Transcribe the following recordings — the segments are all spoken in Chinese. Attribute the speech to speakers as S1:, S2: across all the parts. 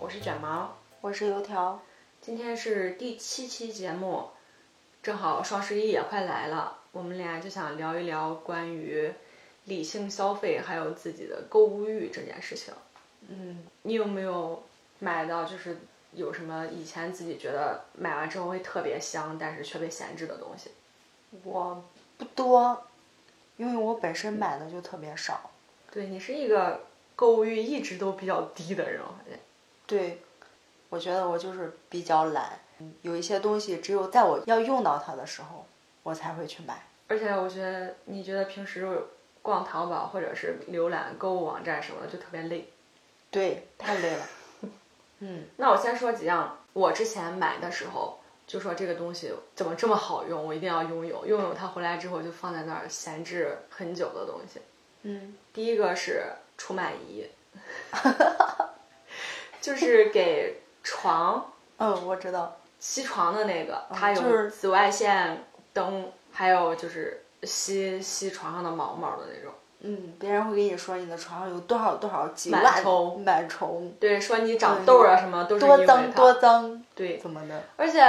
S1: E 是卷毛，
S2: 我是油条。
S1: 今天是第七期节目，正好双十一也快来了，我们俩就想聊一聊关于理性消费还有自己的购物欲这件事情。嗯，你有没有买到就是有什么以前自己觉得买完之后会特别香，但是却被闲置的东西？
S2: 我不多，因为我本身买的就特别少。
S1: 对你是一个购物欲一直都比较低的人，我发现。
S2: 对，我觉得我就是比较懒，嗯有一些东西只有在我要用到它的时候，我才会去买。
S1: 而且我觉得，你觉得平时逛淘宝或者是浏览购物网站什么的就特别累。
S2: 对，太累了。嗯，
S1: 那我先说几样，我之前买的时候就说这个东西怎么这么好用，我一定要拥有。拥有它回来之后就放在那儿闲置很久的东西。
S2: 嗯，
S1: 第一个是除螨仪， 就是给床
S2: 嗯，我知道。
S1: 吸床的那个，它
S2: 哦就
S1: 有
S2: 是
S1: 紫外线灯，还有就是吸吸床上的毛毛的那种。
S2: 嗯，别人会跟你说你的床上有多少多少几
S1: 螨
S2: 万
S1: 虫
S2: 螨虫，
S1: 对，说你长痘儿啊
S2: 嗯
S1: 什么都是因为
S2: 多脏
S1: 它
S2: 多脏，
S1: 对，
S2: 怎么的？
S1: 而且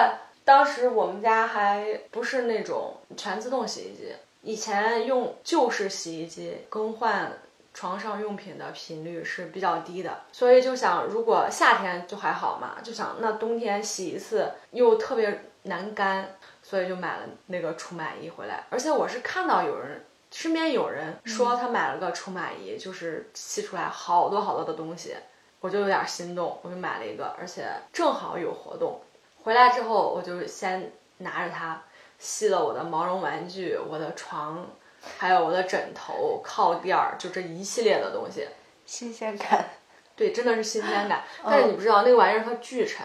S1: 当时我们家还不是那种全自动洗衣机，以前用旧式洗衣机更换床上用品的频率是比较低的，所以就想如果夏天就还好嘛，就想那冬天洗一次又特别难干，所以就买了那个除螨仪回来。而且我是看到有人。身边有人说他买了个除螨仪，就是吸出来好多好多的东西，我就有点心动，我就买了一个，而且正好有活动，回来之后，我就先拿着它吸了我的毛绒玩具、我的床，还有我的枕头、靠垫儿，就这一系列的东西。
S2: 新鲜感。
S1: 对，真的是新鲜感。但是你不知道，那个玩意儿它巨沉，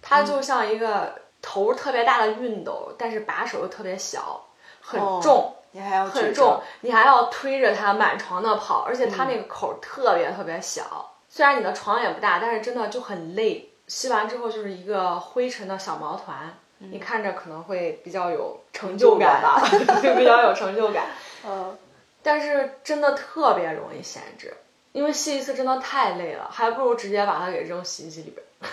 S1: 它就像一个头特别大的熨斗，但是把手又特别小，很
S2: 哦
S1: 重。
S2: 你还要
S1: 很
S2: 举
S1: 重
S2: 着，，
S1: 你还要推着它满床的跑，而且它那个口儿特别特别小。虽然你的床也不大，但是真的就很累。吸完之后就是一个灰尘的小毛团，你看着可能会比较有成就感吧，就 比较有成就感。
S2: 嗯，
S1: 但是真的特别容易闲置，因为吸一次真的太累了，还不如直接把它给扔洗衣机里边儿。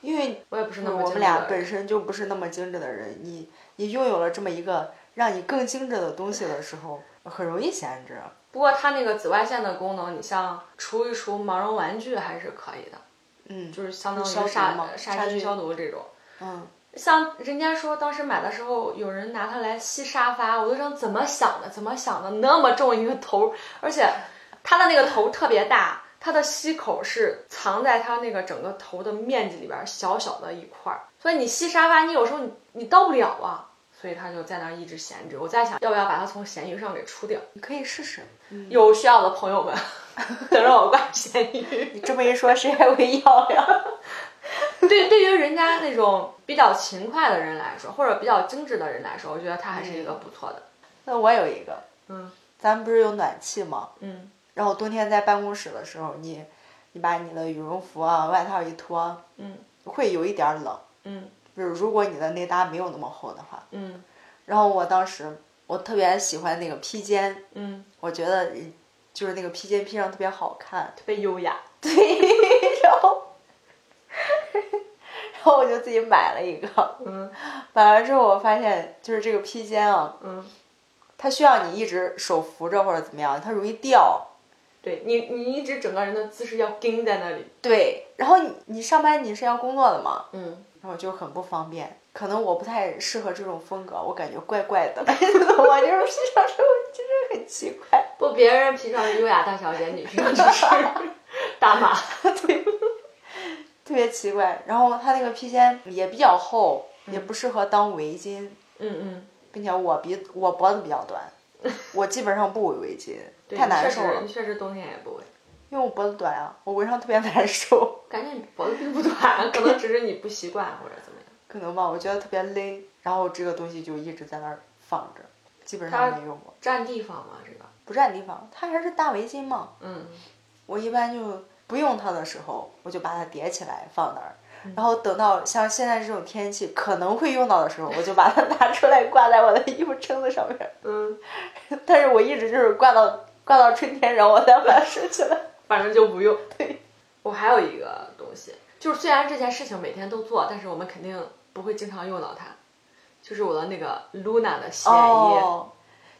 S2: 因为
S1: 我也不是那么
S2: 我
S1: 精
S2: 们
S1: 致
S2: 俩
S1: 的人
S2: 本身就不是那么精致的人，你你拥有了这么一个让你更精致的东西的时候，很容易闲置。
S1: 不过它那个紫外线的功能，你像除一除毛绒玩具还是可以的，
S2: 嗯
S1: 就是相当于
S2: 消毒
S1: 杀
S2: 嘛
S1: 杀
S2: 杀
S1: 菌
S2: 菌
S1: 消毒这种。
S2: 嗯，
S1: 像人家说当时买的时候，有人拿它来吸沙发，我就想怎么想的，怎么想的，那么重一个头儿，而且它的那个头特别大，它的吸口是藏在它那个整个头的面积里边儿小小的一块儿，所以你吸沙发，你有时候你你到不了啊，所以它就在那儿一直闲置。我在想，要不要把它从闲鱼上给出掉？
S2: 你可以试试。嗯
S1: 有需要的朋 友们，等着我挂闲鱼。
S2: 你这么一说，谁还会要呀？
S1: 对，对于人家那种比较勤快的人来说，或者比较精致的人来说，我觉得它还是一个不错的。
S2: 那我有一个，
S1: 嗯
S2: 咱们不是有暖气吗？
S1: 嗯
S2: 然后冬天在办公室的时候，你你把你的羽绒服啊、外套一脱，
S1: 嗯
S2: 会有一点儿冷。
S1: 嗯
S2: 就是如果你的内搭没有那么厚的话，
S1: 嗯
S2: 然后我当时我特别喜欢那个披肩，
S1: 嗯，
S2: 我觉得就是那个披肩披上特别好看，
S1: 特别优雅。
S2: 然后，然后我就自己买了一个。
S1: 嗯
S2: 买完之后，我发现就是这个披肩啊，
S1: 嗯，
S2: 它需要你一直手扶着或者怎么样，它容易掉。
S1: 对你你一直整个人的姿势要盯在那里。
S2: 对，然后你你上班你是要工作的嘛，
S1: 嗯，
S2: 然后就很不方便。可能我不太适合这种风格，我感觉怪怪的， 我就是披上之后就是很奇怪。
S1: 不，别人平常是优雅大小姐，你平常就是大妈。
S2: 特别奇怪。然后它那个披肩也比较厚，也不适合当围巾，
S1: 嗯
S2: 并且我鼻我脖子比较短，我基本上不围围巾，
S1: 嗯，
S2: 太难受
S1: 你确实
S2: 了
S1: 你，确实冬天也不会，
S2: 因为我脖子短啊，我围上特别难受，
S1: 感觉你脖子并不短，可能只是你不习惯或者怎 么样。
S2: 可能吧，我觉得特别勒。然后这个东西就一直在那儿放着，基本
S1: 它
S2: 上没用过，
S1: 占地方嘛，这个。
S2: 不占地方。它还是大围巾嘛，
S1: 嗯
S2: 我一般就不用它的时候，我就把它叠起来放那儿。
S1: 嗯
S2: 然后等到像现在这种天气可能会用到的时候，我就把它拿出来挂在我的衣服撑子上面。
S1: 嗯，
S2: 但是我一直就是挂到 挂到春天，然后我再把它收起来。
S1: 反正就不用。对，我还有一个东西，就是虽然这件事情每天都做，但是我们肯定不会经常用到它。就是我的那个 Luna 的洗脸液。
S2: 哦，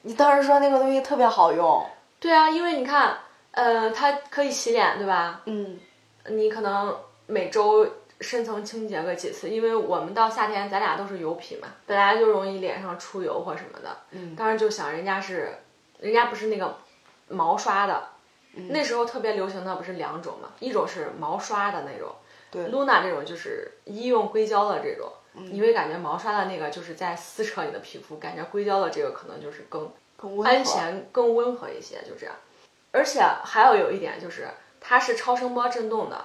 S2: 你当时说那个东西特别好用，
S1: 对啊，因为你看，呃，它可以洗脸，对吧？
S2: 嗯，
S1: 你可能每周深层清洁个几次，因为我们到夏天咱俩都是油皮嘛，本来就容易脸上出油或什么的。
S2: 嗯
S1: 当时就想人家是，人家不是那个毛刷的，
S2: 嗯
S1: 那时候特别流行的不是两种嘛，一种是毛刷的那种，
S2: 对嗯
S1: ，Luna 这种就是医用硅胶的这种，你会感觉毛刷的那个就是在撕扯你的皮肤，感觉硅胶的这个可能就是更
S2: 更温和
S1: 安全、更温和一些，就这样。而且还有有一点就是，它是超声波震动的。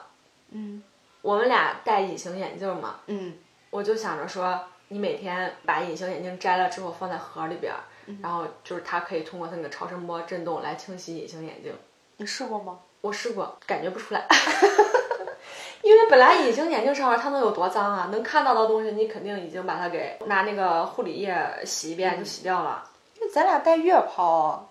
S2: 嗯
S1: 我们俩戴隐形眼镜嘛，
S2: 嗯
S1: 我就想着说，你每天把隐形眼镜摘了之后放在盒里边儿，然后就是它可以通过它那个超声波震动来清洗隐形眼镜。
S2: 你试过吗？
S1: 我试过，感觉不出来，因为本来隐形眼镜上面它能有多脏啊？能看到的东西，你肯定已经把它给拿那个护理液洗一遍就洗掉了。
S2: 那咱俩戴月抛，啊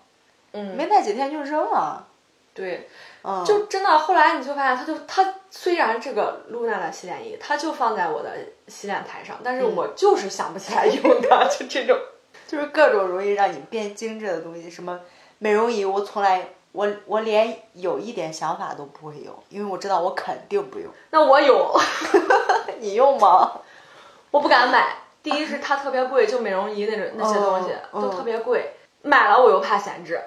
S1: 嗯，
S2: 没戴几天就扔了。
S1: 对，
S2: 嗯，
S1: 就真的后来你就发现，它就它虽然这个露娜的洗脸液，它就放在我的洗脸台上，但是我就是想不起来用它，就这种。
S2: 就是各种容易让你变精致的东西，什么美容仪，我从来我我连有一点想法都不会有，因为我知道我肯定不用。
S1: 那我有，
S2: 你用吗？
S1: 我不敢买。第一是它特别贵，就美容仪那种那些东西、
S2: 哦
S1: 都
S2: 哦
S1: 特别贵，买了我又怕闲置。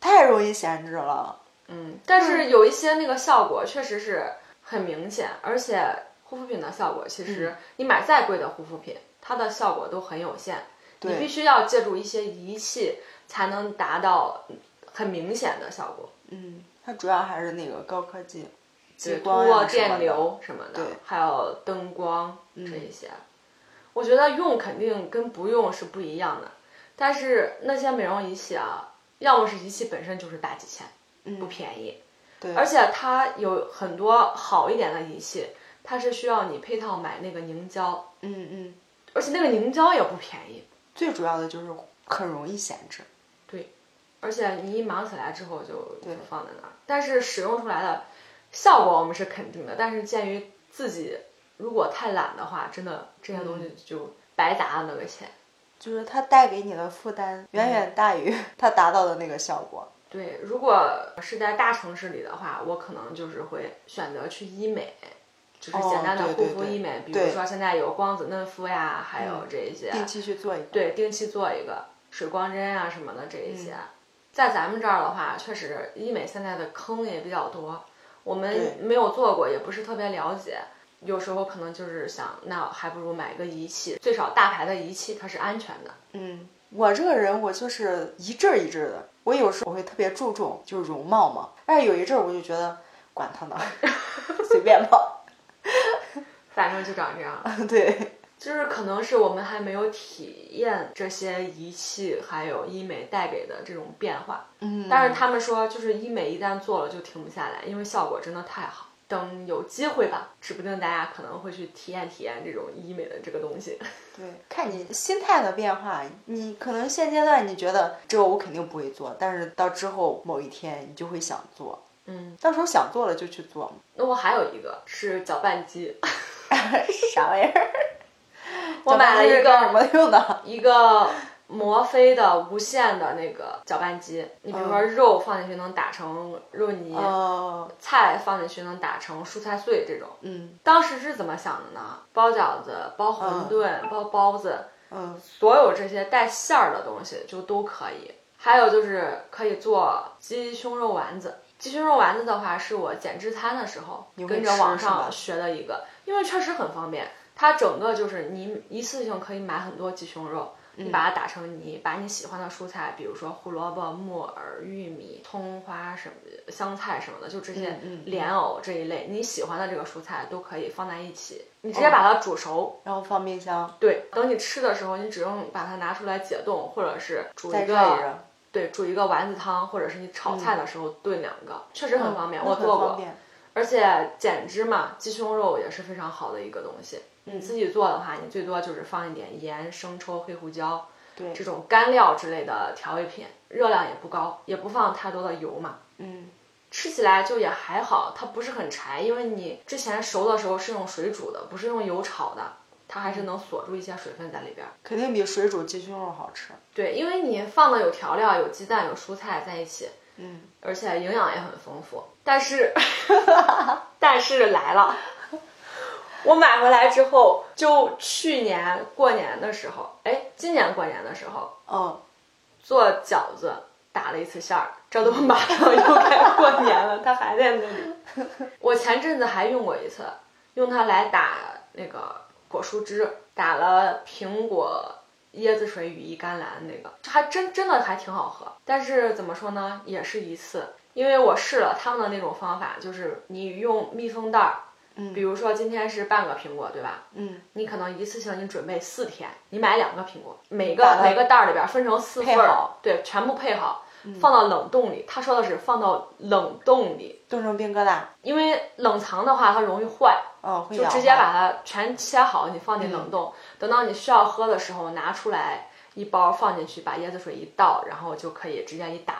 S2: 太容易闲置了。
S1: 嗯，但是有一些那个效果确实是很明显，而且护肤品的效果，其
S2: 嗯
S1: 实你买再贵的护肤品，它的效果都很有限。你必须要借助一些仪器才能达到很明显的效果，
S2: 嗯，它主要还是那个高科技，激
S1: 对，
S2: 光
S1: 通过
S2: 呀什么
S1: 电
S2: 的。
S1: 流什么的，
S2: 对嗯
S1: 还有灯光这一些。我觉得用肯定跟不用是不一样的，但是那些美容仪器啊，要么是仪器本身就是大几千，不便宜，
S2: 嗯对
S1: 而且它有很多好一点的仪器，它是需要你配套买那个凝胶，
S2: 嗯嗯，
S1: 而且那个凝胶也不便宜，
S2: 最主要的就是很容易闲置。
S1: 而且你一忙起来之后就就放在那儿。但是使用出来的效果我们是肯定的，但是鉴于自己如果太懒的话，真的这些
S2: 嗯
S1: 东西就白砸了那个钱。
S2: 就是它带给你的负担远远大于 它达到的那个效果。
S1: 对，如果是在大城市里的话，我可能就是会选择去医美，就是简单的
S2: 哦
S1: 护
S2: 对
S1: 肤
S2: 对对
S1: 医美，比
S2: 对嗯
S1: 如说现在有光子嫩肤呀，还有这一些，
S2: 定期去做一个，
S1: 对，定期做一个水光针啊什么的这一些。在咱们这儿的话，确实医美现在的坑也比较多，我们
S2: 对
S1: 没有做过，也不是特别了解。有时候可能就是想，那还不如买个仪器，最少大牌的仪器它是安全的。
S2: 嗯，我这个人我就是一阵儿一阵儿的，我有时候我会特别注重就是容貌嘛，但是有一阵儿我就觉得管他呢， 随便吧，
S1: 反正就长这样，
S2: 对，
S1: 就是可能是我们还没有体验这些仪器还有医美带给的这种变化。
S2: 嗯，
S1: 但是他们说，就是医美一旦做了就停不下来，因为效果真的太好。等有机会吧，指不定大家可能会去体验体验这种医美的这个东西。
S2: 对，看你心态的变化，你可能现阶段你觉得这个我肯定不会做，但是到之后某一天你就会想做，
S1: 嗯，
S2: 到时候想做了就去 做嘛，
S1: 那我还有一个是搅拌机，
S2: 啥玩意 儿？
S1: 我买了一
S2: 这干什
S1: 个
S2: 么 用的？
S1: 一个摩飞的无线的那个搅拌机，你比如说肉放进去能打成肉泥，
S2: 哦，
S1: 菜放进去能打成蔬菜碎这种。
S2: 嗯
S1: 当时是怎么想的呢？包饺子、包馄饨、包包子，
S2: 嗯
S1: 所有这些带馅儿的东西就都可以。还有就是可以做鸡胸肉丸子。鸡胸肉丸子的话，是我减脂餐的时候
S2: 你会
S1: 跟着网
S2: 吃是吧
S1: 上学的一个，因为确实很方便。它整个就是你一次性可以买很多鸡胸肉，
S2: 嗯
S1: 你把它打成泥，把你喜欢的蔬菜，比如说胡萝卜、木耳、玉米、葱花什么、香菜什么的，就这些
S2: 嗯嗯
S1: 莲藕这一类你喜欢的这个蔬菜都可以放在一起，你
S2: 哦
S1: 直接把它煮熟，
S2: 然后放冰箱，
S1: 对，等你吃的时候，你只用把它拿出来解冻，或者是煮
S2: 再
S1: 一
S2: 热一
S1: 个，
S2: 热，嗯
S1: 对，煮一个丸子汤，或者是你炒菜的时候炖两个，确实很方便，我
S2: 那很
S1: 做
S2: 方
S1: 过。
S2: 便
S1: 而且减脂嘛，鸡胸肉也是非常好的一个东西。
S2: 嗯
S1: 你自己做的话，你最多就是放一点盐、生抽、黑胡椒，
S2: 对
S1: 这种干料之类的调味品，热量也不高，也不放太多的油嘛。
S2: 嗯，
S1: 吃起来就也还好，它不是很柴，因为你之前熟的时候是用水煮的，不是用油炒的，它
S2: 嗯
S1: 还是能锁住一些水分在里边儿。
S2: 肯定比水煮鸡胸肉好吃。
S1: 对，因为你放的有调料、有鸡蛋、有蔬菜在一起，
S2: 嗯，
S1: 而且营养也很丰富。但是， 但是来了，我买回来之后，就去年过年的时候，哎，今年过年的时候
S2: 嗯，
S1: 做饺子，打了一次馅儿，这都马上又该过年了，它还在那里。我前阵子还用过一次，用它来打那个果蔬汁，打了苹果、椰子水羽衣甘蓝那个，还真真的还挺好喝。但是怎么说呢，也是一次，因为我试了他们的那种方法，就是你用密封袋儿，
S2: 嗯
S1: 比如说今天是半个苹果，对吧？
S2: 嗯，
S1: 你可能一次性你准备四天，你买两个苹果，每
S2: 把
S1: 个
S2: 它
S1: 每个袋儿里边分成四份
S2: 配
S1: 儿
S2: 好，嗯
S1: 对，全部配好，放到冷冻里。他说的是放到冷冻里，
S2: 冻成冰疙瘩，
S1: 因为冷藏的话它容易坏，
S2: 哦，会嗯
S1: 就
S2: 氧
S1: 直接
S2: 化
S1: 把它全切好，你放进冷冻，等到你需要喝的时候拿出来一包放进去，把椰子水一倒，然后就可以直接一打。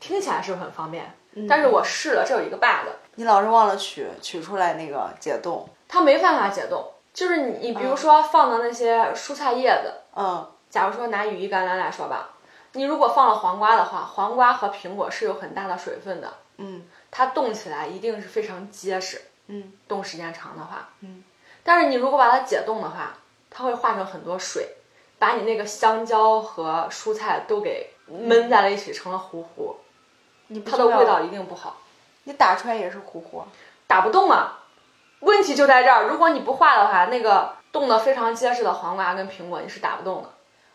S1: 听起来是不是很方便？
S2: 嗯
S1: 但是我试了，这有一个 bug，
S2: 你老是忘了取取出来那个解冻。
S1: 它没办法解冻。就是你，你比如说放的那些蔬菜叶子，
S2: 嗯，
S1: 假如说拿羽衣甘蓝来说吧，你如果放了黄瓜的话，黄瓜和苹果是有很大的水分的，
S2: 嗯，
S1: 它冻起来一定是非常结实，
S2: 嗯，
S1: 冻时间长的话，
S2: 嗯，
S1: 但是你如果把它解冻的话，它会化成很多水，把你那个香蕉和蔬菜都给闷在了一起，成了糊糊，
S2: 你不
S1: 它
S2: 知
S1: 的
S2: 道
S1: 味道一定不好，
S2: 你打出来也是糊糊。
S1: 打不动啊。问题就在这儿，如果你不化的话，那个冻得非常结实的黄瓜跟苹果你是打不动的。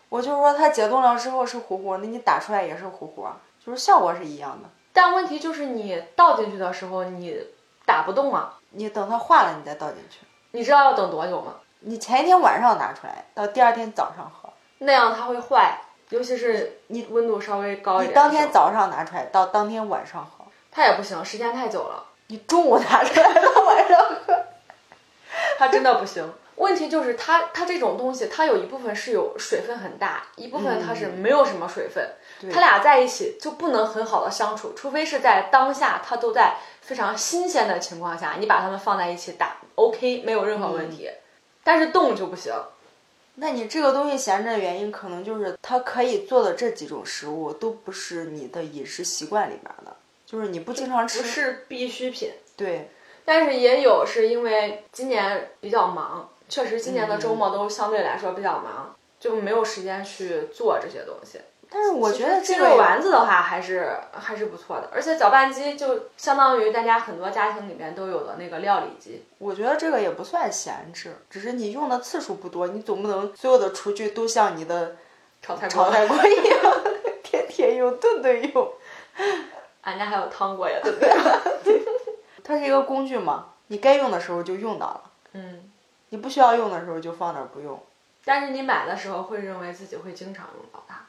S2: 我就说它解冻了之后是糊糊，那你打出来也是糊糊，就是效果是一样的。
S1: 但问题就是你倒进去的时候，你打不动啊！
S2: 你等它化了，你再倒进去。
S1: 你知道要等多久吗？
S2: 你前一天晚上拿出来，到第二天早上喝。
S1: 那样它会坏，尤其是
S2: 你
S1: 温度稍微高一点的
S2: 你
S1: 时候。
S2: 当天早上拿出来，到当天晚上喝。
S1: 它也不行，时间太久了，
S2: 你中午拿出来，到晚上喝。
S1: 它真的不行。 问题就是它它这种东西，它有一部分是有水分很大，一部分它是
S2: 嗯
S1: 没有什么水分，它俩在一起就不能很好的相处，除非是在当下它都在非常新鲜的情况下，你把它们放在一起打，OK，没有任何
S2: 嗯
S1: 问题。但是冻就不行，
S2: 那你这个东西闲着的原因，可能就是它可以做的这几种食物都不是你的饮食习惯里面的，就是你不经常吃。
S1: 不是必需品。
S2: 对，
S1: 但是也有是因为今年比较忙，确实今年
S2: 嗯
S1: 的周末都相对来说比较忙，就没有时间去做这些东西。
S2: 但是我觉得这
S1: 鸡
S2: 个
S1: 肉丸子的话还是还是不错的，而且搅拌机就相当于大家很多家庭里面都有的那个料理机。
S2: 我觉得这个也不算闲置，只是你用的次数不多，你总不能所有的厨具都像你的
S1: 炒菜锅
S2: 炒，菜锅一样，天天用，顿顿用。
S1: 俺家还有汤锅呀，对不 对？
S2: 它是一个工具嘛，你该用的时候就用到了，
S1: 嗯，
S2: 你不需要用的时候就放那儿不用。
S1: 但是你买的时候会认为自己会经常用到它。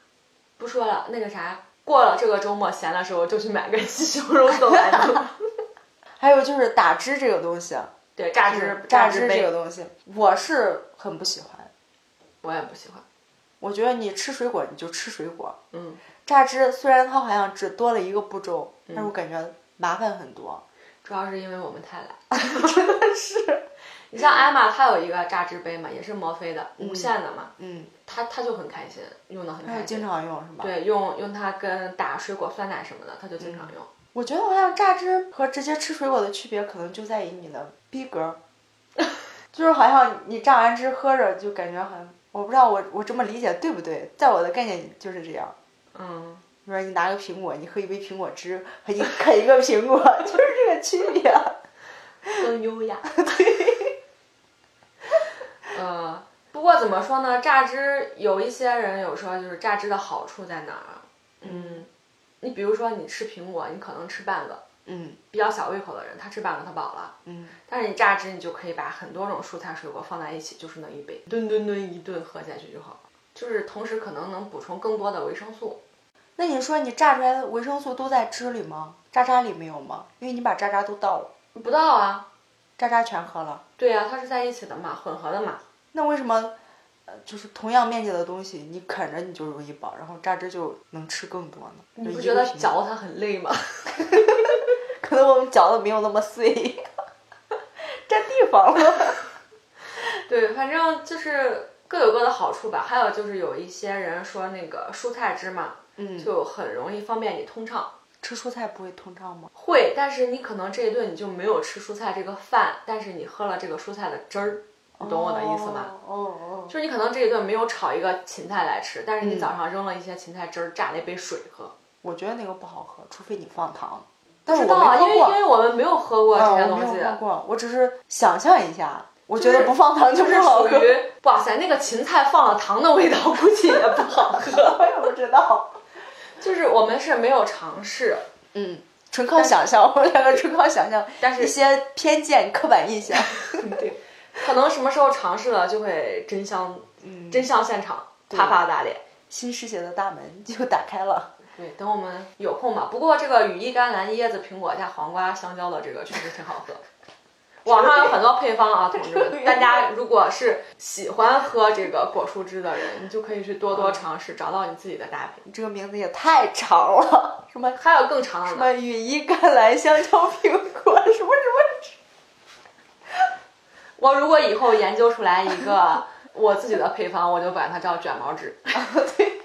S1: 不说了，那个啥，过了这个周末闲的时候就去买个鸡胸肉做丸子。
S2: 还有就是打汁这个东西，啊
S1: 对，榨
S2: 就是
S1: 汁
S2: 榨
S1: 汁
S2: 汁这
S1: 杯
S2: 个，东西，我是很不喜欢。
S1: 我也不喜欢。
S2: 我觉得你吃水果你就吃水果，
S1: 嗯。
S2: 榨汁虽然它好像只多了一个步骤，但是
S1: 嗯
S2: 我感觉麻烦很多。
S1: 主要是因为我们太懒，真的是。你像艾玛，她有一个榨汁杯嘛，也是摩飞的，无线的嘛，
S2: 嗯，
S1: 她她就很开心，用的很
S2: 还有
S1: 开
S2: 经
S1: 心。
S2: 常用是
S1: 哎
S2: 吧？
S1: 对，用用它跟打水果、酸奶什么的，她就经常用。
S2: 我觉得好像榨汁和直接吃水果的区别，可能就在于你的逼格， 就是好像你榨完汁喝着就感觉很，我不知道我我这么理解对不对？在我的概念里就是这样。
S1: 嗯，
S2: 你说你拿个苹果，你喝一杯苹果汁，和你啃一个苹果， 就是这个区别。
S1: 更优 雅。 呃，不过怎么说呢，榨汁有一些人有说就是榨汁的好处在哪儿啊？嗯，你比如说你吃苹果，你可能吃半个，
S2: 嗯
S1: 比较小胃口的人，他吃半个他饱了。
S2: 嗯，
S1: 但是你榨汁，你就可以把很多种蔬菜水果放在一起，就是那一杯，吨吨吨一顿喝下去就好了。就是同时可能能补充更多的维生素。
S2: 那你说你榨出来的维生素都在汁里吗？渣渣里没有吗？因为你把渣渣都倒了，
S1: 不到啊，
S2: 渣渣全喝了。
S1: 对呀、它是在一起的嘛，混合的嘛。
S2: 那为什么，呃，就是同样面积的东西，你啃着你就容易饱，然后榨汁就能吃更多呢？
S1: 你
S2: 就
S1: 不
S2: 一
S1: 觉
S2: 个
S1: 得
S2: 品
S1: 嚼它很累吗？
S2: 可可能我们嚼的没有那么碎，占地方了。
S1: 对，反正就是各有各的好处吧。还有就是有一些人说那个蔬菜汁嘛，
S2: 嗯
S1: 就很容易方便你通畅。
S2: 吃蔬菜不会通畅吗？
S1: 会，但是你可能这一顿你就没有吃蔬菜这个饭，但是你喝了这个蔬菜的汁儿，你懂我的意思吗？
S2: 哦哦，
S1: 就是你可能这一顿没有炒一个芹菜来吃，但是
S2: 嗯
S1: 你早上扔了一些芹菜汁儿榨了一杯水喝。
S2: 我觉得那个不好喝，除非你放糖。但是
S1: 知
S2: 我
S1: 道
S2: 没
S1: 啊，因
S2: 喝
S1: 为
S2: 过，
S1: 因为我们没有喝过这些
S2: 啊，我
S1: 东
S2: 没
S1: 西
S2: 有，喝过，我只是想象一下，我觉得不放糖
S1: 就是
S2: 不好喝
S1: 属。于哇塞，那个芹菜放了糖的味道，估计也不好喝。
S2: 我也不知道，
S1: 就是我们是没有尝试，
S2: 嗯，纯靠想象，我们两个纯靠想象，
S1: 但是
S2: 一些偏见、刻板印象。
S1: 对，可能什么时候尝试了就会真香，
S2: 嗯，
S1: 真香现场，啪啪打脸。
S2: 新世界的大门就打开了。
S1: 对，等我们有空吧。不过这个羽衣甘蓝、椰子、苹果加黄瓜、香蕉的这个确实挺好 喝。网上有很多配方啊，同志们， 大家如果是喜欢喝这个果蔬汁的人，你就可以去多多尝试，找到你自己的搭配。
S2: 这个名字也太长了，什么
S1: 还有更长的
S2: 什
S1: 呢，
S2: 么羽衣甘蓝、香蕉、苹果，什么什
S1: 我如果以后研究出来一个 我自己的配方，我就管它叫卷毛汁。
S2: 么，对。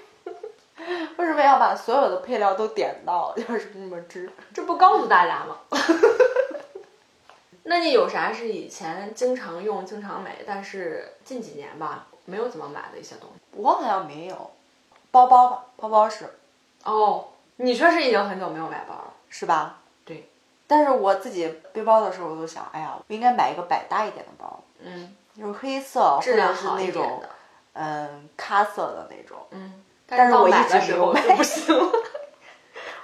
S2: 为什么要把所有的配料都点到？ 就是什么汁？
S1: 这不告诉大家 吗？那你有啥是以前经常用、经常买，但是近几年吧没有怎么买的一些东西？
S2: 我好像没有，包包吧，包包是
S1: 哦，你确实已经很久没有买包了。
S2: 是吧？
S1: 对，
S2: 但是我自己背包的时候，我都想，哎呀，我应该买一个百搭一点的包，
S1: 嗯，
S2: 就是黑色或
S1: 质
S2: 者
S1: 量
S2: 是
S1: 好一
S2: 那
S1: 点
S2: 种
S1: 的。
S2: 嗯咖色的那种。
S1: 嗯，
S2: 但是
S1: 到
S2: 我一
S1: 买
S2: 直
S1: 的
S2: 没
S1: 时
S2: 有
S1: 候
S2: 买
S1: 就不行了。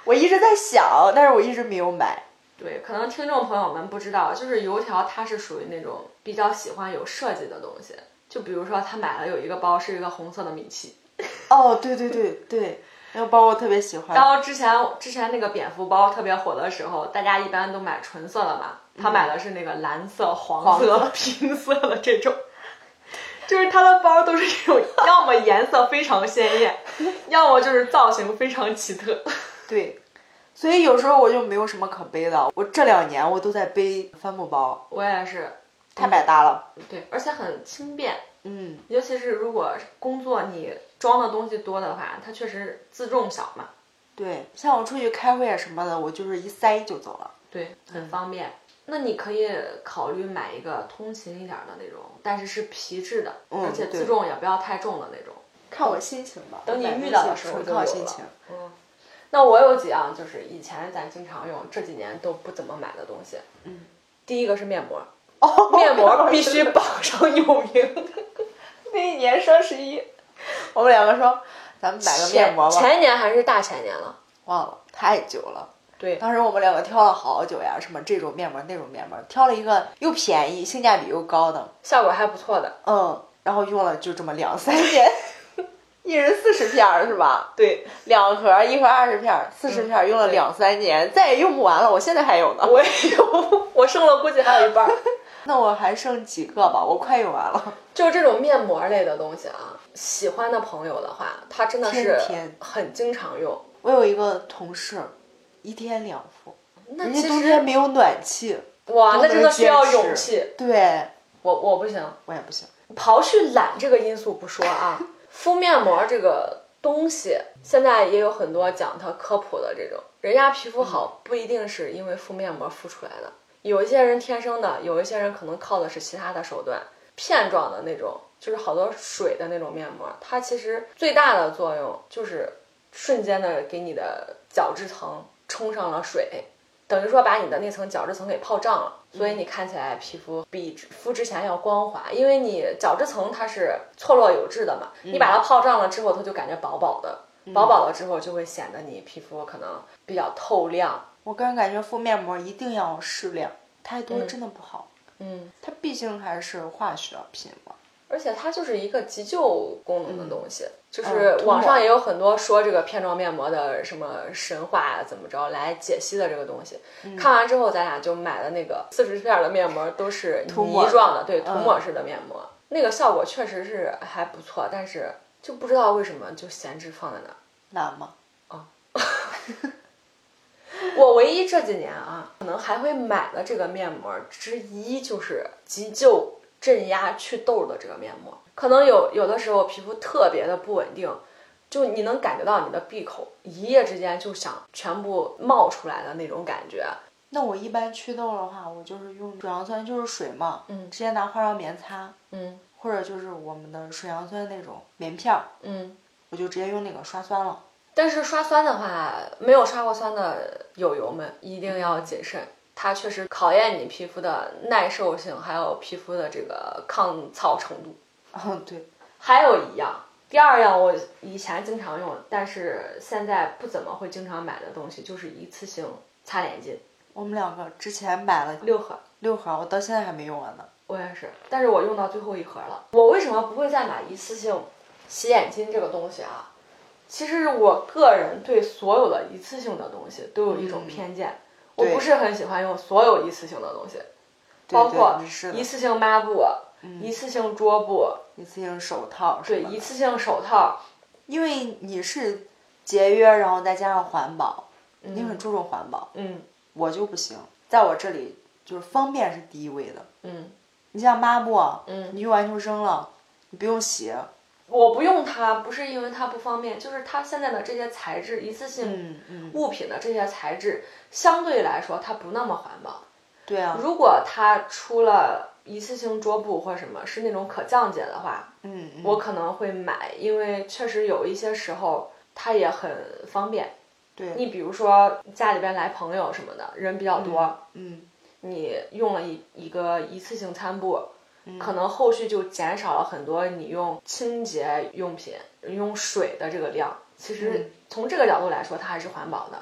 S2: 我一直在想，但是我一直没有买。
S1: 对，可能听众朋友们不知道，就是油条它是属于那种比较喜欢有设计的东西。就比如说，他买了有一个包是一个红色的米奇，
S2: 哦，对对对对，那个包我特别喜
S1: 然
S2: 欢。
S1: 后之前之前那个蝙蝠包特别火的时候，大家一般都买纯色的嘛，他买的是那个蓝色、嗯黄色、拼色的这种， 就是他的包都是这种，要么颜色非常鲜艳，要么就是造型非常奇特。
S2: 对，所以有时候我就没有什么可背的。我这两年我都在背帆布包，
S1: 我也是，
S2: 太百搭了。
S1: 对，而且很轻便，
S2: 嗯，
S1: 尤其是如果工作你装的东西多的话，它确实自重小嘛，
S2: 对，像我出去开会啊什么的，我就是一塞就走了。
S1: 对，
S2: 嗯
S1: 很方便。那你可以考虑买一个通勤一点的那种，但是是皮质的，
S2: 嗯
S1: 而且
S2: 对
S1: 自重也不要太重的那种。
S2: 看我心情吧，
S1: 等你
S2: 买东
S1: 遇到的
S2: 西
S1: 时候
S2: 纯
S1: 就
S2: 靠
S1: 有
S2: 心
S1: 了
S2: 情。
S1: 嗯，那我有几样就是以前咱经常用，这几年都不怎么买的东西。
S2: 嗯，
S1: 第一个是面膜，
S2: 哦
S1: 面膜必须榜上有名。
S2: 那一年双十一，我们两个说，咱 们买个面膜吧，
S1: 前年还是大前年了。
S2: 忘了太久了。
S1: 对，
S2: 当时我们两个挑了好久呀，什么这种面膜那种面膜，挑了一个又便宜、性价比又高的，
S1: 效果还不错的。
S2: 嗯，然后用了就这么两 三年，一人四十片儿是吧？
S1: 对，
S2: 两盒，一盒二十片儿，四十片
S1: 嗯
S2: 儿用了两三年，再也用不完了，我现在还有 呢。
S1: 我也有，我剩了估计还有一半儿。
S2: 那我还剩几个吧，我快用完了。
S1: 就是这种面膜类的东西啊，喜欢的朋友的话，他真的是
S2: 天天
S1: 很经常用。
S2: 我有一个同事，一天两副，
S1: 那
S2: 人
S1: 其
S2: 家冬
S1: 实
S2: 天没有暖气，
S1: 哇，那
S2: 都
S1: 真
S2: 能
S1: 的需要
S2: 坚持
S1: 勇气。
S2: 对
S1: 我我不行，
S2: 我也不行。
S1: 刨去懒这个因素不说啊，敷面膜这个东西，现在也有很多讲它科普的这种，人家皮肤
S2: 嗯
S1: 好不一定是因为敷面膜敷出来的，有一些人天生的，有一些人可能靠的是其他的手段，片状的那种，就是好多水的那种面膜，它其实最大的作用就是瞬间的给你的角质层冲上了水。等于说把你的那层角质层给泡胀了，所以你看起来皮肤比敷之前要光滑，因为你角质层它是错落有致的嘛，你把它泡胀了之后，它就感觉薄薄的，薄薄了之后就会显得你皮肤可能比较透亮。
S2: 我个人感觉敷面膜一定要适量，太多真的不好。
S1: 嗯，
S2: 它毕竟还是化学品嘛。
S1: 而且它就是一个急救功能的东西，就
S2: 嗯
S1: 是
S2: 涂抹
S1: 网上也有很多说这个片状面膜的什么神话啊怎么着来解析的这个东西。
S2: 嗯
S1: 看完之后，咱俩就买的那个四十片的面膜都是
S2: 抹
S1: 泥状的，
S2: 的
S1: 对，涂
S2: 嗯
S1: 抹式的面膜，那个效果确实是还不错，但是就不知道为什么就闲置放在那儿。
S2: 难吗？
S1: 我唯一这几年啊，可能还会买的这个面膜之一就是急救镇压祛痘的这个面膜。可能有有的时候皮肤特别的不稳定，就你能感觉到你的闭口一夜之间就想全部冒出来的那种感觉。
S2: 那我一般祛痘的话，我就是用水杨酸，就是水嘛，
S1: 嗯
S2: 直接拿化妆棉擦，
S1: 嗯
S2: 或者就是我们的水杨酸那种棉片儿，
S1: 嗯，
S2: 我就直接用那个刷酸了。
S1: 但是刷酸的话，没有刷过酸的友友们一定要谨慎，它确实考验你皮肤的耐受性，还有皮肤的这个抗燥程度。
S2: 嗯，对，
S1: 还有一样，第二样我以前经常用，但是现在不怎么会经常买的东西，就是一次性擦脸巾，
S2: 我们两个之前买了
S1: 六盒。
S2: 六盒，我到现在还没用完呢。
S1: 我也是，但是我用到最后一盒了。我为什么不会再买一次性洗脸巾这个东西啊？其实我个人对所有的一次性的东西都有一种偏见，我
S2: 嗯对
S1: 不是很喜欢用所有一次性的东西，
S2: 对
S1: 包括
S2: 对是的嗯
S1: 一次性抹布、一次性桌布、
S2: 一次性手套什
S1: 对
S2: 么的
S1: 一次性手套。
S2: 因为你是节约，然后再加上环保，你很注重环保，
S1: 嗯
S2: 我就不行，在我这里就是方便是第一位的。
S1: 嗯，
S2: 你像抹布，啊
S1: 嗯，
S2: 你用完就扔了，你不用洗，
S1: 我不用它不是因为它不方便，就是它现在的这些材质，一次性
S2: 嗯嗯，
S1: 物品的这些材质，相对来说它不那么环保。
S2: 对啊，
S1: 如果它出了一次性桌布或什么是那种可降解的话，
S2: 嗯，嗯
S1: 我可能会买，因为确实有一些时候它也很方便。
S2: 对
S1: 你比如说家里边来朋友什么的，人比较多，
S2: 嗯
S1: 你用了一一个一次性餐布，可能后续就减少了很多你用清洁用品、用水的这个量。其实
S2: 嗯
S1: 从这个角度来说，它还是环保的。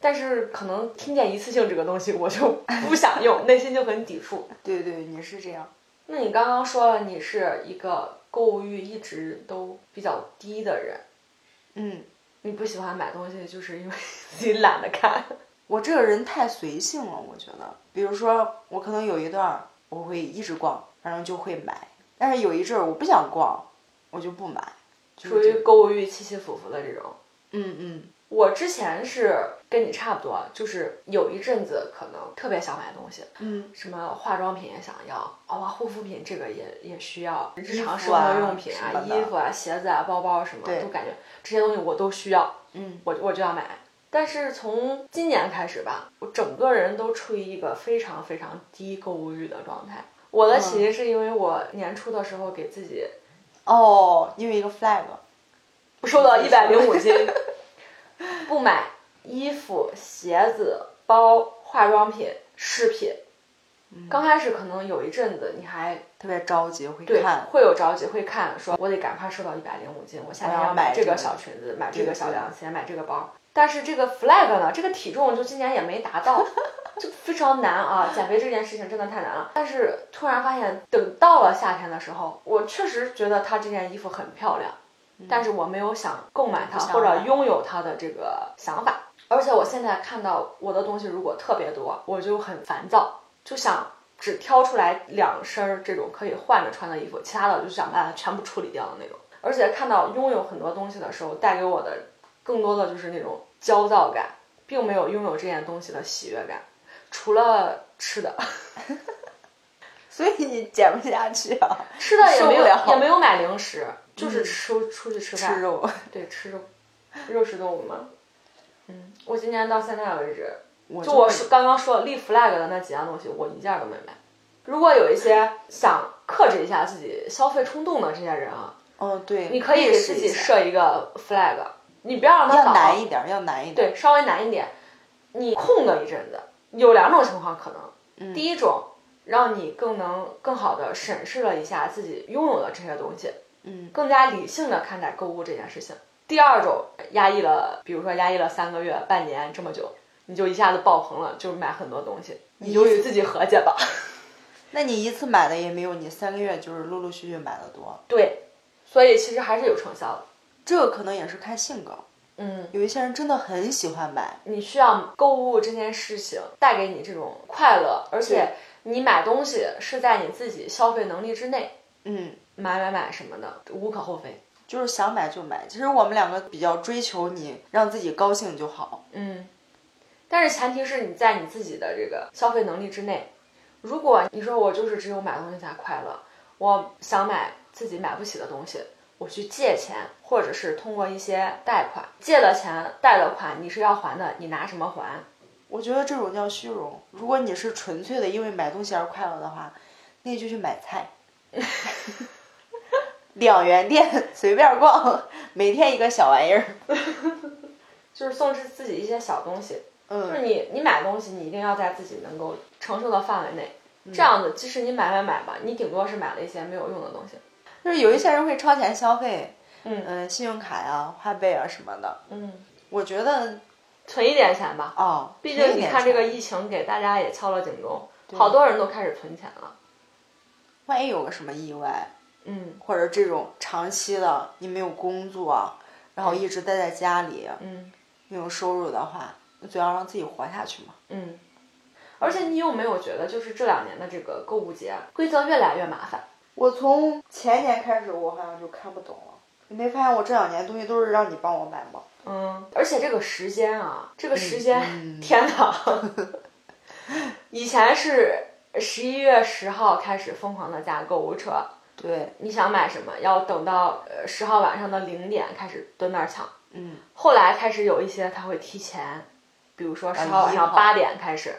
S1: 但是可能听见一次性这个东西，我就不想用，内心就很抵触。
S2: 对对，你是这样，
S1: 那你刚刚说了，你是一个购物欲一直都比较低的人，
S2: 嗯，
S1: 你不喜欢买东西，就是因为自己懒得看。
S2: 我这个人太随性了，我觉得，比如说我可能有一段儿我会一直逛，然后就会买，但是有一阵儿我不想逛，我就不买，就是
S1: 属
S2: 这
S1: 于
S2: 样
S1: 购物欲起起伏伏的这种。
S2: 嗯嗯
S1: 我之前是跟你差不多，就是有一阵子可能特别想买东西，
S2: 嗯，
S1: 什么化妆品也想要，啊、哇，护肤品这个也也需要，日常生
S2: 衣服啊
S1: 活用品啊
S2: 什，么的
S1: 衣服啊、鞋子啊、包包什么，
S2: 对
S1: 都感觉这些东西我都需要，
S2: 嗯，
S1: 我我就要买。但是从今年开始吧，我整个人都处于一个非常非常低购物欲的状态。我
S2: 嗯
S1: 的起因是因为我年初的时候给自己
S2: 哦，因为一个 flag，
S1: 瘦到一百零五斤，不买衣服、鞋子、包、化妆品、饰品。刚开始可能有一阵子你还
S2: 特别着急会
S1: 对
S2: 看，
S1: 会有着急，会看说我得赶快瘦到一百零五斤，我夏天
S2: 我要
S1: 要
S2: 买
S1: 买这
S2: 这
S1: 个
S2: 个
S1: 小裙子，买这个
S2: 对
S1: 小
S2: 对
S1: 凉鞋，买这个包。但是这个 flag 呢，这个体重就今年也没达到，就非常难啊！减肥这件事情真的太难了。但是突然发现，等到了夏天的时候，我确实觉得它这件衣服很漂亮，但是我没有想购买它
S2: 嗯不想
S1: 或者
S2: 买
S1: 拥有它的这个想法。而且我现在看到我的东西如果特别多，我就很烦躁，就想只挑出来两身儿这种可以换着穿的衣服，其他的就想把它全部处理掉的那种。而且看到拥有很多东西的时候，带给我的更多的就是那种焦躁感，并没有拥有这件东西的喜悦感，除了吃的，
S2: 所以你减不下去 啊，
S1: 吃的也没有
S2: 受不了嗯
S1: 也没有买零食，就是吃、出去吃饭
S2: 吃肉。
S1: 对，吃 肉，肉食动物嘛。嗯，我今年到现在为止，
S2: 我
S1: 就我
S2: 会
S1: 是刚刚说立 flag 的那几样东西，我一件儿都没买。如果有一些想克制一下自己消费冲动的这些人啊，
S2: 嗯，对，
S1: 你可以
S2: 意
S1: 给
S2: 识
S1: 自
S2: 一
S1: 己
S2: 下
S1: 设一个 flag，你不要让它
S2: 要
S1: 倒，
S2: 难一点儿，要难一点儿。
S1: 对，稍微难一点。你空个一阵子，有两种情况可能。第一种，让你更能更好的审视了一下自己拥有的这些东西，
S2: 嗯，
S1: 更加理性的看待购物这件事情。第二种，压抑了，比如说压抑了三个月、半年这么久，你就一下子爆棚了，就买很多东西，你就与自己和解吧。
S2: 那你一次买的也没有你三个月就是陆陆续续买的多，
S1: 对，所以其实还是有成效的。
S2: 这个可能也是看性格。
S1: 嗯，
S2: 有一些人真的很喜欢买，
S1: 你需要购物这件事情带给你这种快乐，而且你买东西是在你自己消费能力之内，
S2: 嗯，
S1: 买买买什么的无可厚非。
S2: 就是想买就买。其实我们两个比较追求你让自己高兴就好，
S1: 嗯，但是前提是你在你自己的这个消费能力之内。如果你说我就是只有买东西才快乐，我想买自己买不起的东西，我去借钱，或者是通过一些贷款，借了钱贷了款，你是要还的，你拿什么还？
S2: 我觉得这种叫虚荣。如果你是纯粹的因为买东西而快乐的话，那你就去买 菜，两元店随便逛，每天一个小玩意儿。
S1: 就是送自自己一些小东西，就
S2: 嗯，
S1: 是你你买东西，你一定要在自己能够承受的范围内。
S2: 嗯
S1: 这样子，即使你买买买吧，你顶多是买了一些没有用的东西。
S2: 就是有一些人会超前消费，
S1: 嗯
S2: 嗯，信用卡呀、花呗啊什么的。
S1: 嗯，
S2: 我觉得
S1: 存一点钱吧，
S2: 哦，
S1: 毕
S2: 存一
S1: 竟你
S2: 点
S1: 看这个
S2: 钱，
S1: 疫情给大家也敲了警钟，好多人都开始存钱了。
S2: 万一有个什么意外，
S1: 嗯
S2: 或者这种长期的你没有工作，然后一直待在家里
S1: 嗯
S2: 没有收入的话，你总要让自己活下去嘛。
S1: 嗯，而且你有没有觉得，就是这两年的这个购物节规则越来越麻烦？
S2: 我从前年开始，我好像就看不懂了。你没发现我这两年东西都是让你帮我买吗？
S1: 嗯，而且这个时间啊，这个时间，
S2: 嗯
S1: 天哪！以前是十一月十号开始疯狂的加购物车，
S2: 对，
S1: 你想买什么，要等到呃十号晚上的零点开始蹲那儿抢。
S2: 嗯，
S1: 后来开始有一些它会提前，比如说十号晚
S2: 1
S1: 上
S2: 啊号
S1: 八点开始，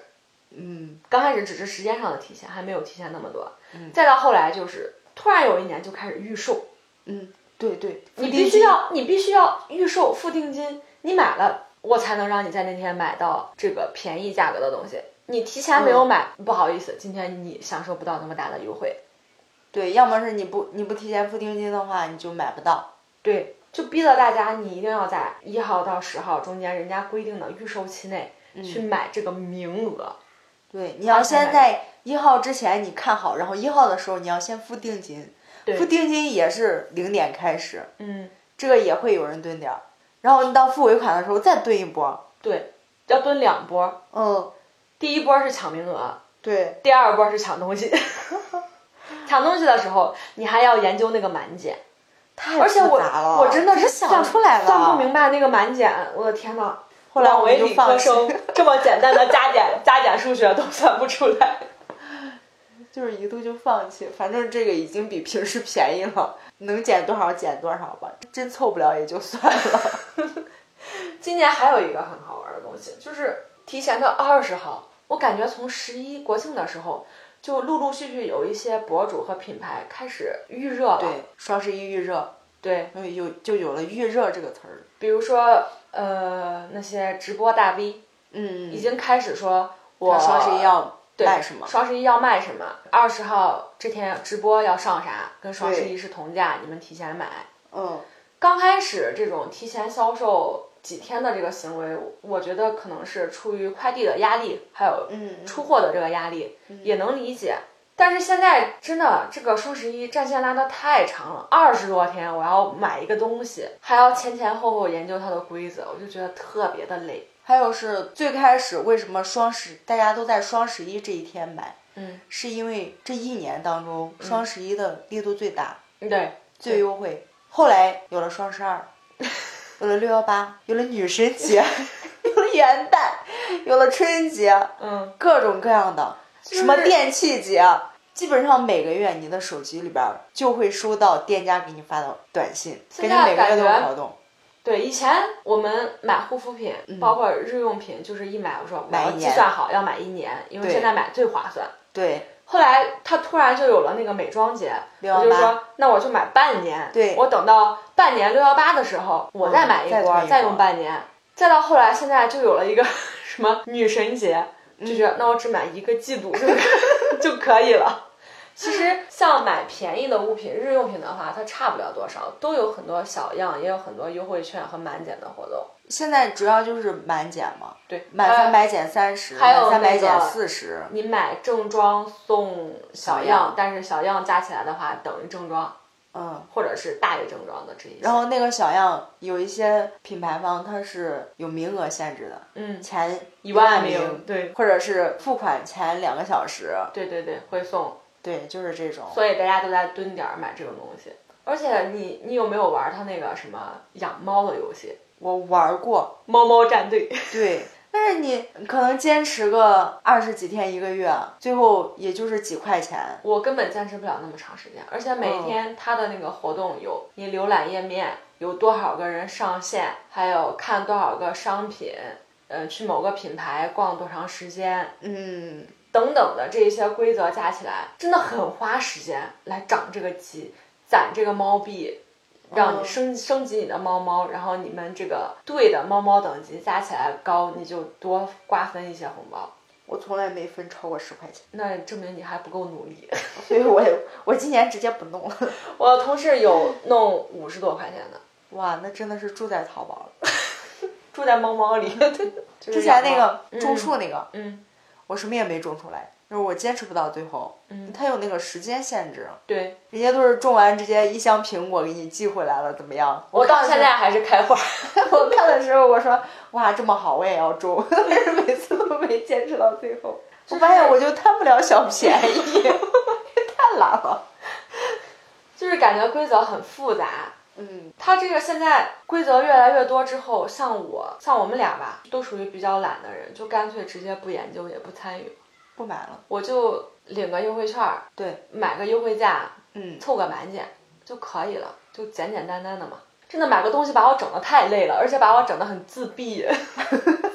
S2: 嗯，
S1: 刚开始只是时间上的提前，还没有提前那么多。再到后来就是突然有一年就开始预售，
S2: 嗯，对对，
S1: 你必须要你必须要预售付定金，你买了我才能让你在那天买到这个便宜价格的东西。你提前没有买，不好意思，今天你享受不到那么大的优惠。
S2: 对，要么是你不你不提前付定金的话，你就买不到。
S1: 对，就逼着大家你一定要在一号到十号中间人家规定的预售期内去买这个名额。
S2: 对，你要
S1: 才
S2: 先
S1: 买
S2: 在一号之前你看好，然后一号的时候你要先付定金，付定金也是零点开始，
S1: 嗯，
S2: 这个也会有人蹲点儿，然后你到付尾款的时候再蹲一波。
S1: 对，要蹲两波，
S2: 嗯，
S1: 第一波是抢名额，
S2: 对，
S1: 第二波是抢东西。 抢东西的时候，你还要研究那个满减。
S2: 太
S1: 而且
S2: 复
S1: 我
S2: 杂了，
S1: 我真的
S2: 你
S1: 是
S2: 想出来了，
S1: 算不明白那个满减，我的天呐！
S2: 后来
S1: 广
S2: 我们
S1: 为
S2: 就
S1: 理科
S2: 放 弃，
S1: 生这么简单的加减加减数学都算不出来。
S2: 就是一度就放弃，反正这个已经比平时便宜了， 能减多少减多少吧，真凑不了也就算了。
S1: 今年还有一个很好玩的东西，就是提前到二十号，我感觉从十一国庆的时候，就陆陆续续有一些博主和品牌开始预热了。
S2: 对，双十一预热，
S1: 对，
S2: 嗯有就有了预热这个词儿。
S1: 比如说呃那些直播大 V
S2: 嗯，
S1: 已经开始说我
S2: 那双十一要卖什么？
S1: 双十一要卖什么，二十号这天直播要上啥，跟双十一是同价，你们提前买。
S2: 嗯，
S1: 刚开始这种提前销售几天的这个行为，我觉得可能是出于快递的压力，还有
S2: 嗯
S1: 出货的这个压力，也能理解。但是现在真的这个双十一战线拉的太长了，二十多天，我要买一个东西，还要前前后后研究它的规则，我就觉得特别的累。
S2: 还有是最开始为什么双十大家都在双十一这一天买？
S1: 嗯，
S2: 是因为这一年当中双十一的力度最大，
S1: 对，
S2: 最优惠。后来有了双十二，有了六幺八，有了女神节， 有了元旦，有了春节，
S1: 嗯，
S2: 各种各样的
S1: 是
S2: 什么电器节，基本上每个月你的手机里边儿就会收到店家给你发的短信，
S1: 现
S2: 给你
S1: 在
S2: 每个月都有
S1: 感觉
S2: 活动。
S1: 对，以前我们买护肤品，包括日用品，就是一买我说我
S2: 嗯买
S1: 要
S2: 一
S1: 计
S2: 年
S1: 算好要买一年，因为
S2: 对
S1: 现在买最划算。
S2: 对，
S1: 后来他突然就有了那个美妆节，
S2: 618
S1: 我就说那我就买半年，
S2: 对嗯
S1: 我等到半年六幺八的时候，我再买一
S2: 再
S1: 波，
S2: 囤一波
S1: 再用半年。再到后来，现在就有了一个 什么女神节，
S2: 嗯
S1: 就觉得、那我只买一个季度就就可 以了。其实像买便宜的物品、日用品的话，它差不了多少，都有很多小样，也有很多优惠券和满减的活动。
S2: 现在主要就是满减嘛，
S1: 对，
S2: 满
S1: 还有
S2: 三百减三十，
S1: 呃还有
S2: 满三百
S1: 那
S2: 减
S1: 个
S2: 四十。
S1: 你买正装送小
S2: 小
S1: 样
S2: 样，
S1: 但是小样加起来的话等于正装，
S2: 嗯，
S1: 或者是大于正装的这一些。
S2: 然后那个小样有一些品牌方它是有名额限制的，
S1: 嗯，
S2: 前
S1: 一万
S2: 名
S1: 名，，对
S2: 或者是付款前两个小时，
S1: 对对对，会送，
S2: 对，就是这种。
S1: 所以大家都在蹲点儿买这种东西。而且你你有没有玩他那个什么养猫的游戏？
S2: 我玩过，
S1: 猫猫战队，
S2: 对，但是你可能坚持个二十几天一个月，最后也就是几块钱。
S1: 我根本坚持不了那么长时间，而且每天它的那个活动有你浏览页面有多少个人上线，还有看多少个商品，呃，去某个品牌逛多长时间
S2: 嗯，
S1: 等等的这些规则加起来，真的很花时间来长这个鸡，攒这个猫币。
S2: 嗯
S1: 让你升升级你的猫猫，然后你们这个队的猫猫等级加起来高，你就多瓜分一些红包。
S2: 我从来没分超过十块钱，
S1: 那证明你还不够努力。
S2: 所以我也我今年直接不弄了。
S1: 我同事有弄五十多块钱的，
S2: 哇，那真的是住在淘宝了。
S1: 住在猫猫里。
S2: 之前那个种树那个，
S1: 嗯，
S2: 我什么也没种出来，就是我坚持不到最后。
S1: 嗯
S2: 它有那个时间限制，
S1: 对，
S2: 人家都是种完直接一箱苹果给你寄回来了，怎么样？
S1: 我到
S2: 看的
S1: 现在还是开花。
S2: 我看的时候，我说哇，这么好，我也要种， 但是每次都没坚持到最后。我发现我就贪不了小便宜， 太懒了。
S1: 就是感觉规则很复杂。
S2: 嗯
S1: 它这个现在规则越来越多之后，像我，像我们俩吧，都属于比较懒的人，就干脆直接不研究也不参与，，
S2: 不买了。
S1: 我就领个优惠券儿，
S2: 对，
S1: 买个优惠价，
S2: 嗯，
S1: 凑个满减就可以了，就简简单单的嘛。真的买个东西把我整的太累了，而且把我整的很自闭，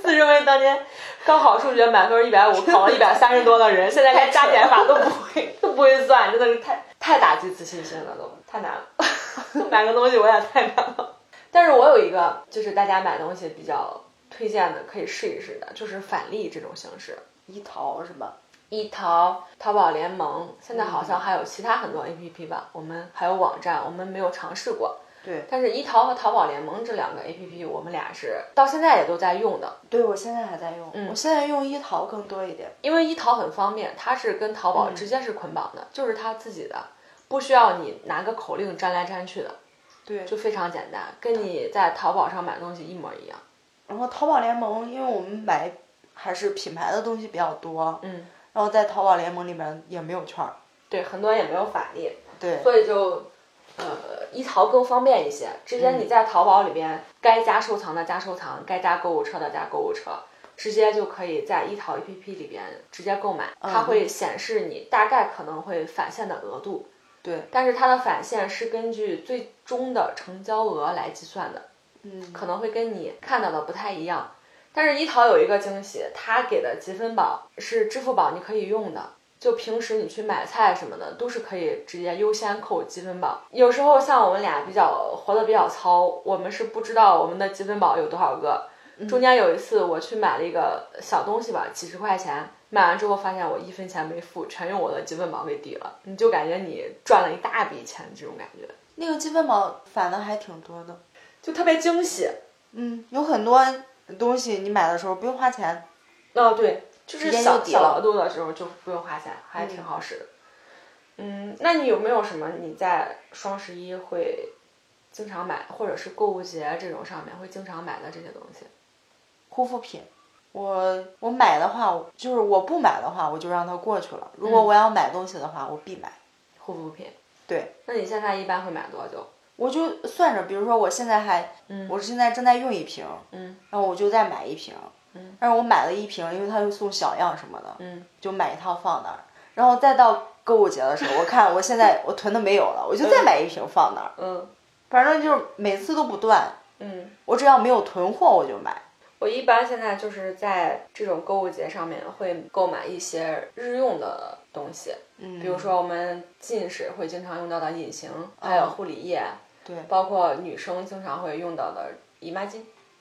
S1: 自认为当年高考数学满分一百五，考了一百三十多的人，现在连加减法都不会， 都不会算，真的是太太打击自信心了，都太难了。买个东西我也太难了。但是我有一个就是大家买东西比较推荐的，可以试一试的，就是返利这种形式。
S2: 一淘是吧？
S1: 一淘、淘宝联盟，现在好像还有其他很多 APP 吧，我们还有网站，我们没有尝试过。
S2: 对，
S1: 但是，一淘和淘宝联盟这两个 APP，我们俩是到现在也都在用的，
S2: 对我现在还在用，
S1: 嗯
S2: 我现在用一淘更多一点。
S1: 因为一淘很方便，它是跟淘宝直接是捆绑的，就是它自己的，不需要你拿个口令粘来粘去的，
S2: 对，
S1: 就非常简单，跟你在淘宝上买东西一模一样。
S2: 然后淘宝联盟，因为我们买还是品牌的东西比较多，
S1: 嗯，
S2: 然后在淘宝联盟里面也没有券儿。
S1: 对，很多也没有返利，
S2: 对，
S1: 所以就，呃，一淘更方便一些。直接
S2: 嗯
S1: 你在淘宝里边，该加收藏的加收藏，该加购物车的加购物车，直接就可以在一淘 APP 里边直接购买。
S2: 嗯
S1: 它会显示你大概可能会返现的额度，
S2: 对，
S1: 但是它的返现是根据最终的成交额来计算的，
S2: 嗯，
S1: 可能会跟你看到的不太一样。但是，一淘有一个惊喜，它给的积分宝是支付宝你可以用的，就平时你去买菜什么的，都是可以直接优先扣积分宝。有时候像我们俩比较活得比较糙，我们是不知道我们的积分宝有多少个。中间有一次我去买了一个小东西吧，几十块钱，买完之后发现我一分钱没付，全用我的积分宝给抵了，你就感觉你赚了一大笔钱，这种感觉
S2: 那个积分宝返的还挺多的。
S1: 就特别惊喜。
S2: 嗯，有很多东西你买的时候不用花钱。
S1: 哦，对，就是
S2: 间
S1: 小
S2: 就抵
S1: 小
S2: 了
S1: 额度的时候就不用花钱，还挺好使的。嗯，那你有没有什么你在双十一会经常买，或者是购物节这种上面会经常买的这些东西？
S2: 护肤品，我我买的话，就是我不买的话，我就让它过去了。如果
S1: 嗯
S2: 我要买东西的话，我必买。
S1: 护肤品。
S2: 对，
S1: 那你现在一般会买多久？
S2: 我就算着，比如说我现在还，
S1: 嗯
S2: 我现在正在用一瓶，
S1: 嗯
S2: 然后我就再买一瓶，
S1: 嗯，
S2: 但是我买了一瓶，因为它会送小样什么的，
S1: 嗯，
S2: 就买一套放那儿，然后再到购物节 的时候，我看我现在我囤的没有了，我就再买一瓶放那儿，
S1: 嗯
S2: 反正就是每次都不断，
S1: 嗯，
S2: 我只要没有囤货我就买。
S1: 我一般现在就是在这种购物节上面会购买一些日用的东西，
S2: 嗯，
S1: 比如说我们近视会经常用到的隐形，还有护理液，
S2: 哦对
S1: 包括女生经常会用到的姨妈巾。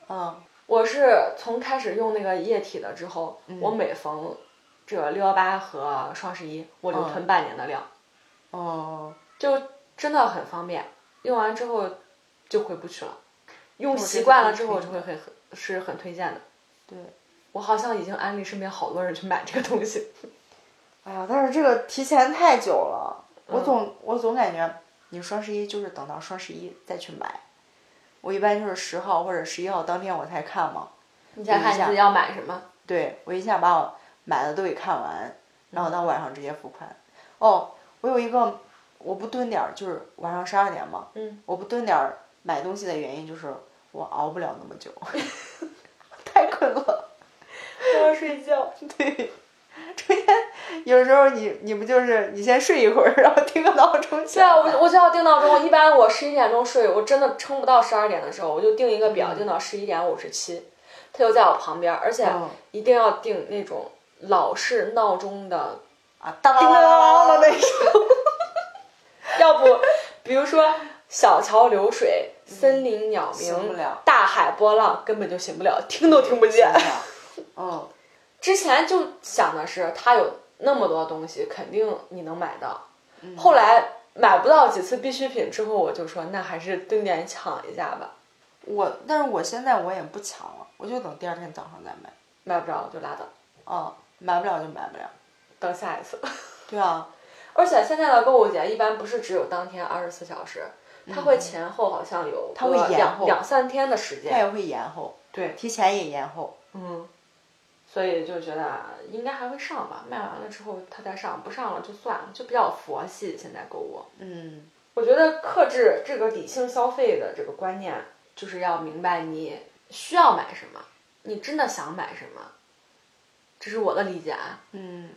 S2: 嗯，
S1: 我是从开始用那个液体的之后，
S2: 嗯
S1: 我每逢这个六幺八和双十一，我就
S2: 嗯
S1: 囤半年的量，
S2: 哦，
S1: 就真的很方便。用完之后就回不去了，用习惯了之后就会很是很推荐的。
S2: 对，
S1: 我好像已经安利身边好多人去买这个东西。
S2: 哎呀，但是这个提前太久了，我
S1: 嗯
S2: 总、我总感觉你双十一就是等到双十一再去买，我一般就是十号或者十一号当天我才看嘛，
S1: 你再看你自己要买什么？
S2: 对我一下把我买的都给看完，然后
S1: 嗯
S2: 到晚上直接付款。哦，我有一个我不蹲点儿，就是晚上十二点嘛，
S1: 嗯，
S2: 我不蹲点儿 买东西的原因就是我熬不了那么久，太困了。
S1: 上睡觉。
S2: 对，中间有时候你你不就是你先睡一会儿，然后定个闹钟起
S1: 对啊，
S2: 来？
S1: 我就我就要定闹钟。一般我十一点钟睡，我真的撑不到十二点的时候，我就定一个表，定到十一点五十七，它就在我旁边，而且
S2: 哦
S1: 一定要定那种老式闹钟的，
S2: 啊，当当
S1: 叮当当当
S2: 当
S1: 的
S2: 的
S1: 那要不比如说小桥流水、森林鸟
S2: 醒嗯不
S1: 鸣
S2: 了、嗯
S1: 大海波浪，根本就醒不了，听都听不见。
S2: 哦，
S1: 之前就想的是，它有那么多东西，肯定你能买到。
S2: 嗯
S1: 后来买不到几次必需品之后，我就说，那还是蹲点抢一下吧。
S2: 我但是我现在我也不抢了，我就等第二天早上再买。
S1: 买不着就拉倒，
S2: 哦，买不了就买不了。
S1: 等下一次。
S2: 对啊，
S1: 而且现在的购物节一般不是只有当天二十四小时，它会前后好像有
S2: 嗯它会
S1: 个
S2: 延
S1: 两
S2: 后
S1: 两三天的时
S2: 它
S1: 间。
S2: 也会延后，
S1: 对，
S2: 提前也延后。
S1: 嗯，所以就觉得应该还会上吧，卖完了之后它再上，不上了就算了，就比较佛系现在购物。
S2: 嗯，
S1: 我觉得克制这个理性消费的这个观念，就是要明白你需要买什么，你真的想买什么，这是我的理解啊。
S2: 嗯，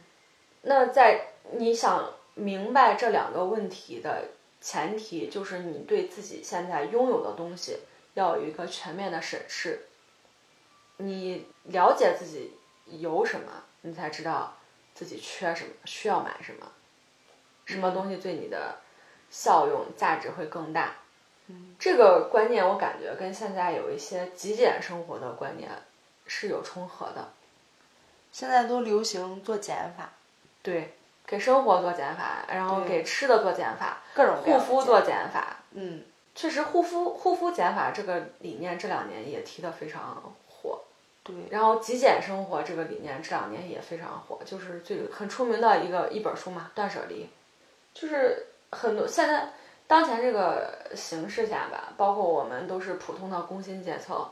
S1: 那在你想明白这两个问题的前提，就是你对自己现在拥有的东西要有一个全面的审视。你了解自己有什么，你才知道自己缺什么，需要买什么，什么东西对你的效用价值会更大。这个观念我感觉跟现在有一些极简生活的观念是有重合的。
S2: 现在都流行做减法，
S1: 对，给生活做减法，然后
S2: 对
S1: 给吃的做减法，
S2: 各种各
S1: 护
S2: 样的
S1: 肤
S2: 减
S1: 做减法。
S2: 嗯，
S1: 确实，护肤护肤减法这个理念这两年也提的非常火，
S2: 对，
S1: 然后极简生活这个理念这两年也非常火，就是最很出名的一个一本书嘛，《断舍离》，就是很多现在当前这个形势下吧，包括我们都是普通的工薪阶层，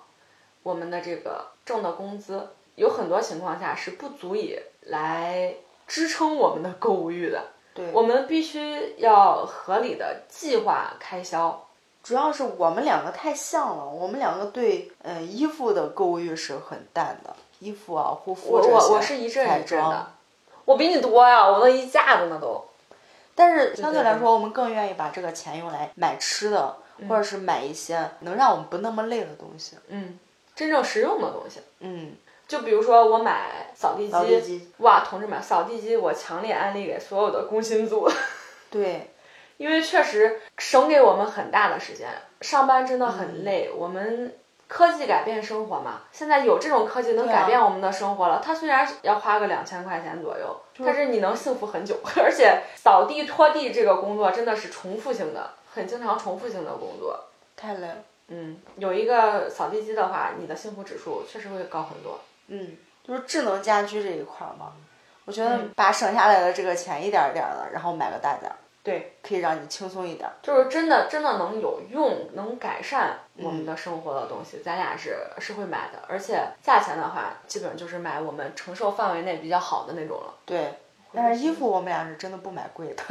S1: 我们的这个挣的工资有很多情况下是不足以来支撑我们的购物欲的，
S2: 对
S1: 我们必须要合理的计划开销，
S2: 主要是我们两个太像了，我们两个对嗯、呃衣服的购物欲是很淡的，衣服啊护肤
S1: 我
S2: 这
S1: 我
S2: 些
S1: 我是一阵
S2: 彩
S1: 一阵的
S2: 妆，
S1: 我比你多呀，我都一架子呢都。
S2: 但是相
S1: 对
S2: 对来
S1: 对
S2: 说，我们更愿意把这个钱用来买吃的，或者是买一些能让我们不那么累的东西。
S1: 嗯，真正实用的东西。
S2: 嗯，
S1: 就比如说我买扫地机，
S2: 扫地机
S1: 哇，同志们，扫地机我强烈安利给所有的工薪族，
S2: 对，
S1: 因为确实省给我们很大的时间。上班真的很
S2: 嗯
S1: 累，我们科技改变生活嘛，现在有这种科技能
S2: 啊
S1: 改变我们的生活了。它虽然要花个两千块钱左右，但是你能幸福很久。 而且扫地拖地这个工作真的是重复性的，很经常重复性的工作。
S2: 太累了。
S1: 嗯，有一个扫地机的话，你的幸福指数确实会高很多。
S2: 嗯，就是智能家居这一块儿嘛，我觉
S1: 嗯
S2: 得把省下来的这个钱一点儿一点儿的，然后买个大点儿，
S1: 对，
S2: 可以让你轻松一点儿。
S1: 就是真的真的能有用、能改善我们的生活的东西，咱俩是是会买的。而且价钱的话，基本就是买我们承受范围内比较好的那种了。
S2: 对，但是衣服我们俩是真的不买贵的。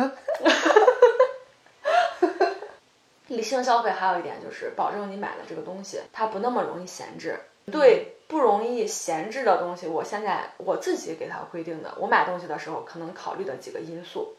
S1: 理性消费还有一点就是保证你买的这个东西它不那么容易闲置。对，不容易闲置的东西，我现在我自己给它规定的，我买东西的时候可能考虑的几个因素，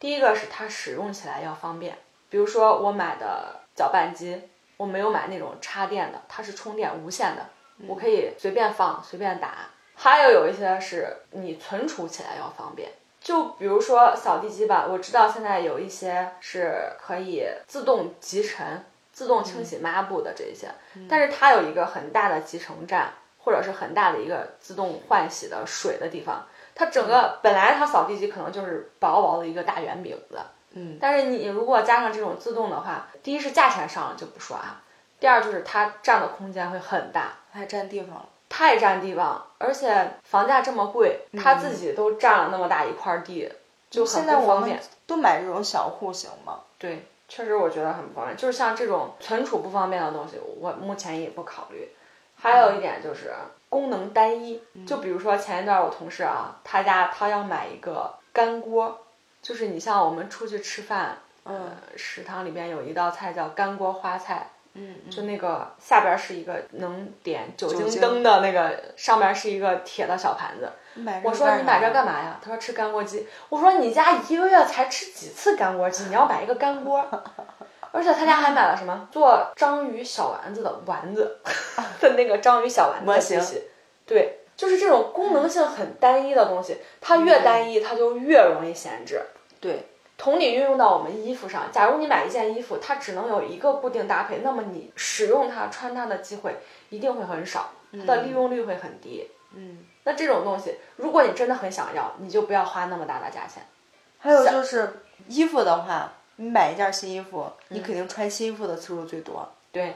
S1: 第一个是它使用起来要方便，比如说我买的搅拌机，我没有买那种插电的，它是充电无线的，我可以随便放随便打。还有有一些是你存储起来要方便，就比如说扫地机吧，我知道现在有一些是可以自动集尘、自动清洗抹布的这些，但是它有一个很大的集成站，或者是很大的一个自动换洗的水的地方。它整个本来它扫地机可能就是薄薄的一个大圆饼子，
S2: 嗯，
S1: 但是你如果加上这种自动的话，第一是价钱上了就不说啊，第二就是它占的空间会很大，
S2: 还占地方了。
S1: 太占地方，而且房价这么贵，他自己都占了那么大一块地，就很
S2: 嗯现在
S1: 不
S2: 我
S1: 方
S2: 们
S1: 便。
S2: 都买这种小户型嘛。
S1: 对，确实我觉得很不方便。就是像这种存储不方便的东西，我目前也不考虑。还有一点就是功能单一，
S2: 嗯
S1: 就比如说前一段我同事啊，他家他要买一个干锅，就是你像我们出去吃饭，
S2: 嗯
S1: 呃，食堂里面有一道菜叫干锅花菜，
S2: 嗯嗯
S1: 就那个下边是一个能点酒
S2: 酒
S1: 精
S2: 精
S1: 灯的那个，上面是一个铁的小盘子。
S2: 买
S1: 我说你买这干嘛呀？他说吃干锅鸡。我说你家一个月才吃几次干锅鸡？你要买一个干锅？ 而且他家还买了什么做章鱼小丸子的丸子 的那个章鱼小丸子的
S2: 模型
S1: 机器对，就是这种功能性很单一的东西，它越单一，它就越容易闲置。
S2: 对，
S1: 同理运用到我们衣服上，假如你买一件衣服，它只能有一个固定搭配，那么你使用它、穿它的机会一定会很少，它的利用率会很低。
S2: 嗯，
S1: 那这种东西，如果你真的很想要，你就不要花那么大的价钱。
S2: 还有就是衣服的话，你买一件新衣服，你肯定穿新衣服的次数最多。
S1: 对，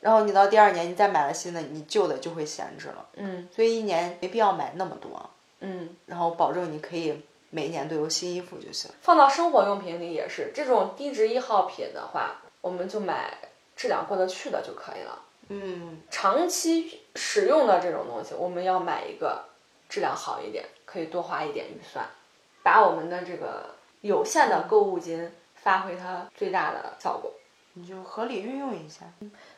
S2: 然后你到第二年，你再买了新的，你旧的就会闲置了，
S1: 嗯
S2: 所以一年没必要买那么多，
S1: 嗯，
S2: 然后保证你可以每一年都有新衣服就行。
S1: 放到生活用品里也是，这种低值一号品的话，我们就买质量过得去的就可以了。
S2: 嗯，
S1: 长期使用的这种东西，我们要买一个质量好一点，可以多花一点预算，把我们的这个有限的购物金发挥它最大的效果。
S2: 你就合理运用一下。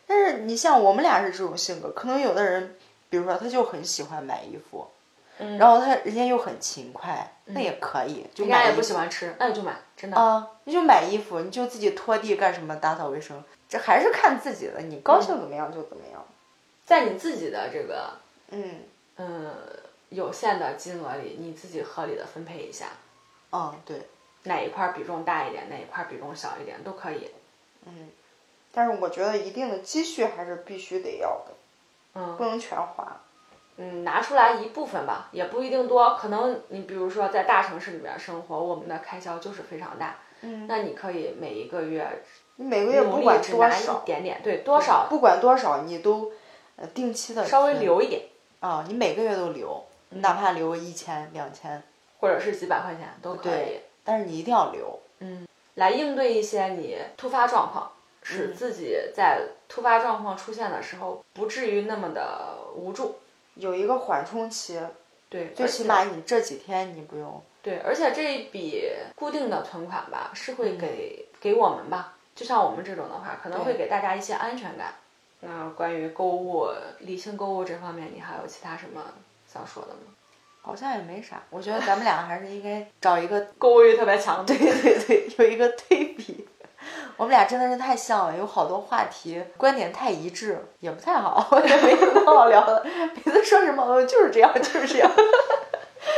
S2: 但是你像我们俩是这种性格，可能有的人，比如说他就很喜欢买衣服，
S1: 嗯
S2: 然后他人家又很勤快，那嗯也可以，就
S1: 人家
S2: 买
S1: 也
S2: 衣
S1: 不
S2: 服
S1: 喜欢吃，那你就买，真的。
S2: 啊，你就买衣服，你就自己拖地干什么，打扫卫生，这还是看自己的，你高兴怎么样就怎么样。
S1: 在你自己的这个
S2: 嗯，
S1: 嗯有限的金额里，你自己合理的分配一下，
S2: 啊，对，
S1: 哪一块比重大一点，哪一块比重小一点都可以。
S2: 但是我觉得一定的积蓄还是必须得要的，
S1: 嗯
S2: 不能全花。
S1: 嗯，拿出来一部分吧，也不一定多。可能你比如说在大城市里边生活，我们的开销就是非常大。
S2: 嗯，
S1: 那你可以每一个月
S2: 你每个月
S1: 努
S2: 不
S1: 力
S2: 管
S1: 只
S2: 多
S1: 拿一
S2: 少，
S1: 点点，对，多少
S2: 不管多少，你都呃定期的
S1: 稍微留嗯一点，
S2: 啊，你每个月都留，哪怕留一千、两千，
S1: 或者是几百块钱都可以
S2: 对，但是你一定要留。
S1: 来应对一些你突发状况，
S2: 嗯
S1: 使自己在突发状况出现的时候不至于那么的无助。
S2: 有一个缓冲期，
S1: 对，
S2: 最起码你这几天你不用
S1: 对，而且这一笔固定的存款吧，是会给、给我们吧，就像我们这种的话，可能会给大家一些安全感。那关于购物、理性购物这方面，你还有其他什么想说的吗？
S2: 好像也没啥，我觉得咱们俩还是应该找一个，
S1: 购物欲特别强，对
S2: 对对 对，有一个对比。我们俩真的是太像了，有好多话题观点太一致，也不太好， 我也没什么好聊的。每次说什么，呃就是这样，就是这样，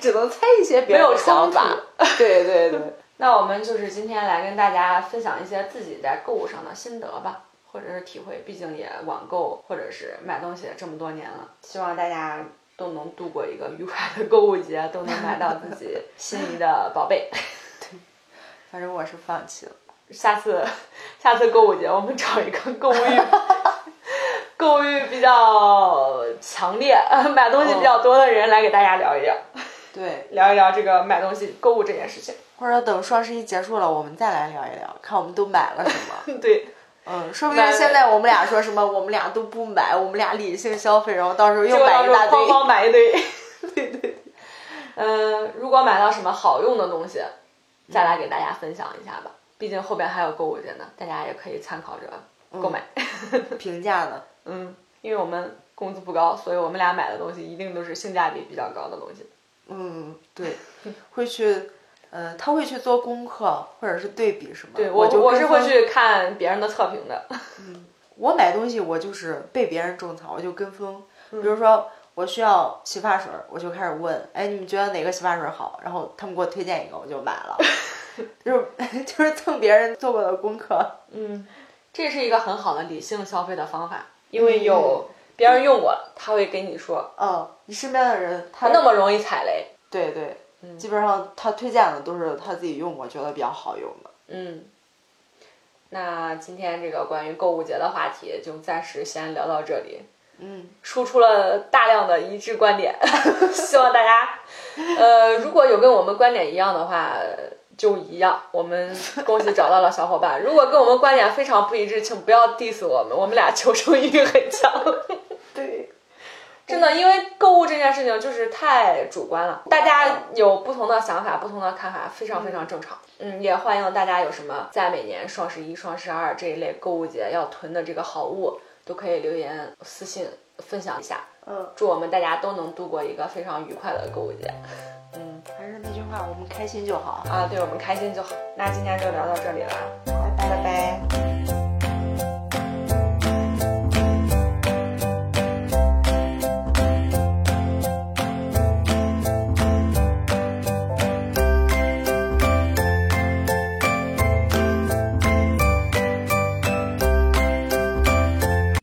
S2: 只能猜一些别人
S1: 没有
S2: 的想
S1: 冲突
S2: 法。 对对对，
S1: 那我们就是今天来跟大家分享一些自己在购物上的心得吧，或者是体会，毕竟也网购或者是买东西这么多年了，希望大家都能度过一个愉快的购物节，都能买到自己心仪的宝贝。
S2: 反正我是放弃了。
S1: 下次 下次购物节，我们找一个购物欲 购物欲比较强烈、 买东西比较多的人来给大家聊一聊，
S2: 哦对，
S1: 聊一聊这个买东西购物这件事情。
S2: 或者等双十一结束了，我们再来聊一聊，看我们都买了什么。
S1: 对。
S2: 嗯，说不
S1: 买
S2: 定
S1: 了
S2: 现在我们俩说什么，我们俩都不买，我们俩理性消费，然后到时候又
S1: 就
S2: 买一大堆。
S1: 哐哐买一堆。对对 对，嗯，如果买到什么好用的东西，再来给大家分享一下吧。毕竟后边还有购物节呢，大家也可以参考着购买。
S2: 评价的。
S1: 嗯，因为我们工资不高，所以我们俩买的东西一定都是性价比比较高的东西。
S2: 嗯， 对，会去，呃，他会去做功课或者是对比什么。
S1: 对
S2: 我
S1: 我
S2: 就
S1: 我
S2: 跟
S1: 是会
S2: 风。
S1: 去看别人的测评的。
S2: 我买东西，我就是被别人种草，我就跟风。
S1: 嗯
S2: 比如说，我需要洗发水儿，我就开始问，哎，你们觉得哪个洗发水好？然后他们给我推荐一个，我就买 了。就是就是 蹭别人做过的功课。
S1: 嗯，这是一个很好的理性消费的方法，因为有别人用过了，他会跟你说
S2: 嗯，你身边的人，他
S1: 不那么嗯容易踩雷。
S2: 对对，基本上他推荐的都是他自己用过觉得比较好用的。
S1: 嗯，那今天这个关于购物节的话题就暂时先聊到这里，
S2: 嗯，
S1: 输出了大量的一致观点， 希望大家，呃，如果有跟我们观点一样的话。就一样，我们恭喜找到了小伙伴。如果跟我们观点非常不一致，请不要 diss 我们，我们俩求生欲很强。
S2: 对，
S1: 真的，因为购物这件事情就是太主观了，大家有不同的想法、不同的看法，非常非常正常。嗯，也欢迎大家有什么在每年双十一、双十二这一类购物节要囤的这个好物，都可以留言、私信分享一下。
S2: 嗯，
S1: 祝我们大家都能度过一个非常愉快的购物节。嗯
S2: 还是那句话，我们开心就好。
S1: 啊，对我们开心就好。那今天就聊到这里了，
S2: 拜拜
S1: 拜拜